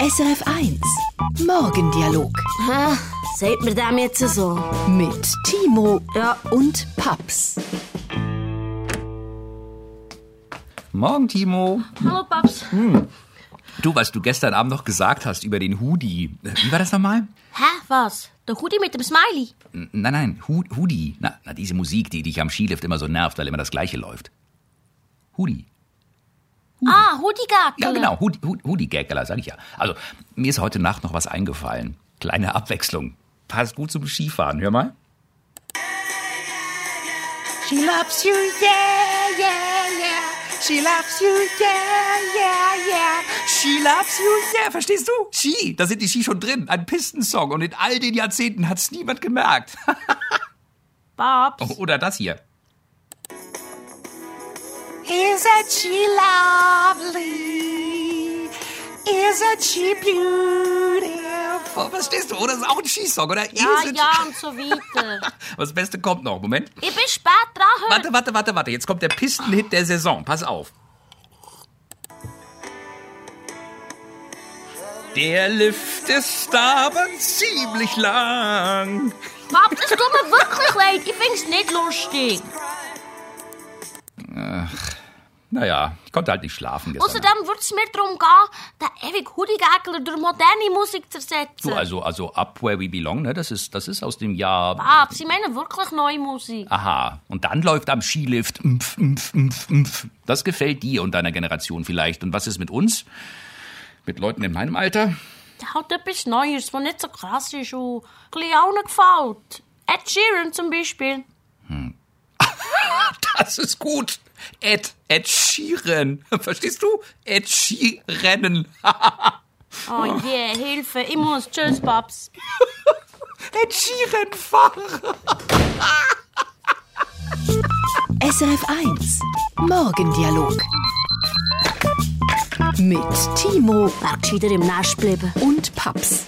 SRF 1 Morgendialog Ah, sagt mir dem jetzt so? mit Timo Ja. und Paps. Morgen, Timo. Hallo, Paps. Du, was du gestern Abend noch gesagt hast über den Hoodie. Äh, Wie war das nochmal? Hä, was? Der Hoodie mit dem Smiley? N- Nein, nein, Hu- Hoodie. Na, na, diese Musik, die dich am Skilift immer so nervt, weil immer das Gleiche läuft. Hoodie. Ah, hoodie -Gartel. Ja, genau, Hoodie, Hood- Hoodie-Gaggeler, sag ich ja. Also, mir ist heute Nacht noch was eingefallen. Kleine Abwechslung. Passt gut zum Skifahren, hör mal. She loves you, yeah, yeah, yeah. She loves you, yeah, yeah, yeah. She loves you, Ja, verstehst du? Ski, da sind die Ski schon drin. Ein Pistensong und in all den Jahrzehnten hat's niemand gemerkt. Oh, Paps. Oder das hier. yeah. Isn't she lovely? Isn't she beautiful? Oh, verstehst du? Oder ist auch ein Skisong, oder? Ja, Isn't- ja und so weiter. Aber das Beste kommt noch. Moment. ich bin spät dran. Warte, warte, warte, warte. Jetzt kommt der Pistenhit der Saison. Pass auf. Der Lift ist aber ziemlich lang. Paps, es tut mir wirklich leid. Ich find's nicht lustig. Naja, ich konnte halt nicht schlafen gestern. Außerdem würde es mir darum gehen, den ewig Hoodie-Gägler durch moderne Musik zu ersetzen. du, also, also Up Where We Belong, ne? Das ist, das ist aus dem Jahr. Paps, ich meine wirklich neue Musik. Aha. Und dann läuft am Skilift. Mpf, mpf, mpf, mpf. Das gefällt dir und deiner Generation vielleicht. Und was ist mit uns? Mit Leuten in meinem Alter? Halt etwas Neues, was nicht so krass ist und ein bisschen allen gefällt. Ed Sheeran zum Beispiel. Das ist gut. Ed, Ed Sheeran. Verstehst du? Ed Sheeranen. Oh je, Hilfe, ich muss. Tschüss, Paps. Ed Sheeran fahren. SRF 1 Morgendialog mit Timo Wärst wieder im Nest bleiben. und Paps.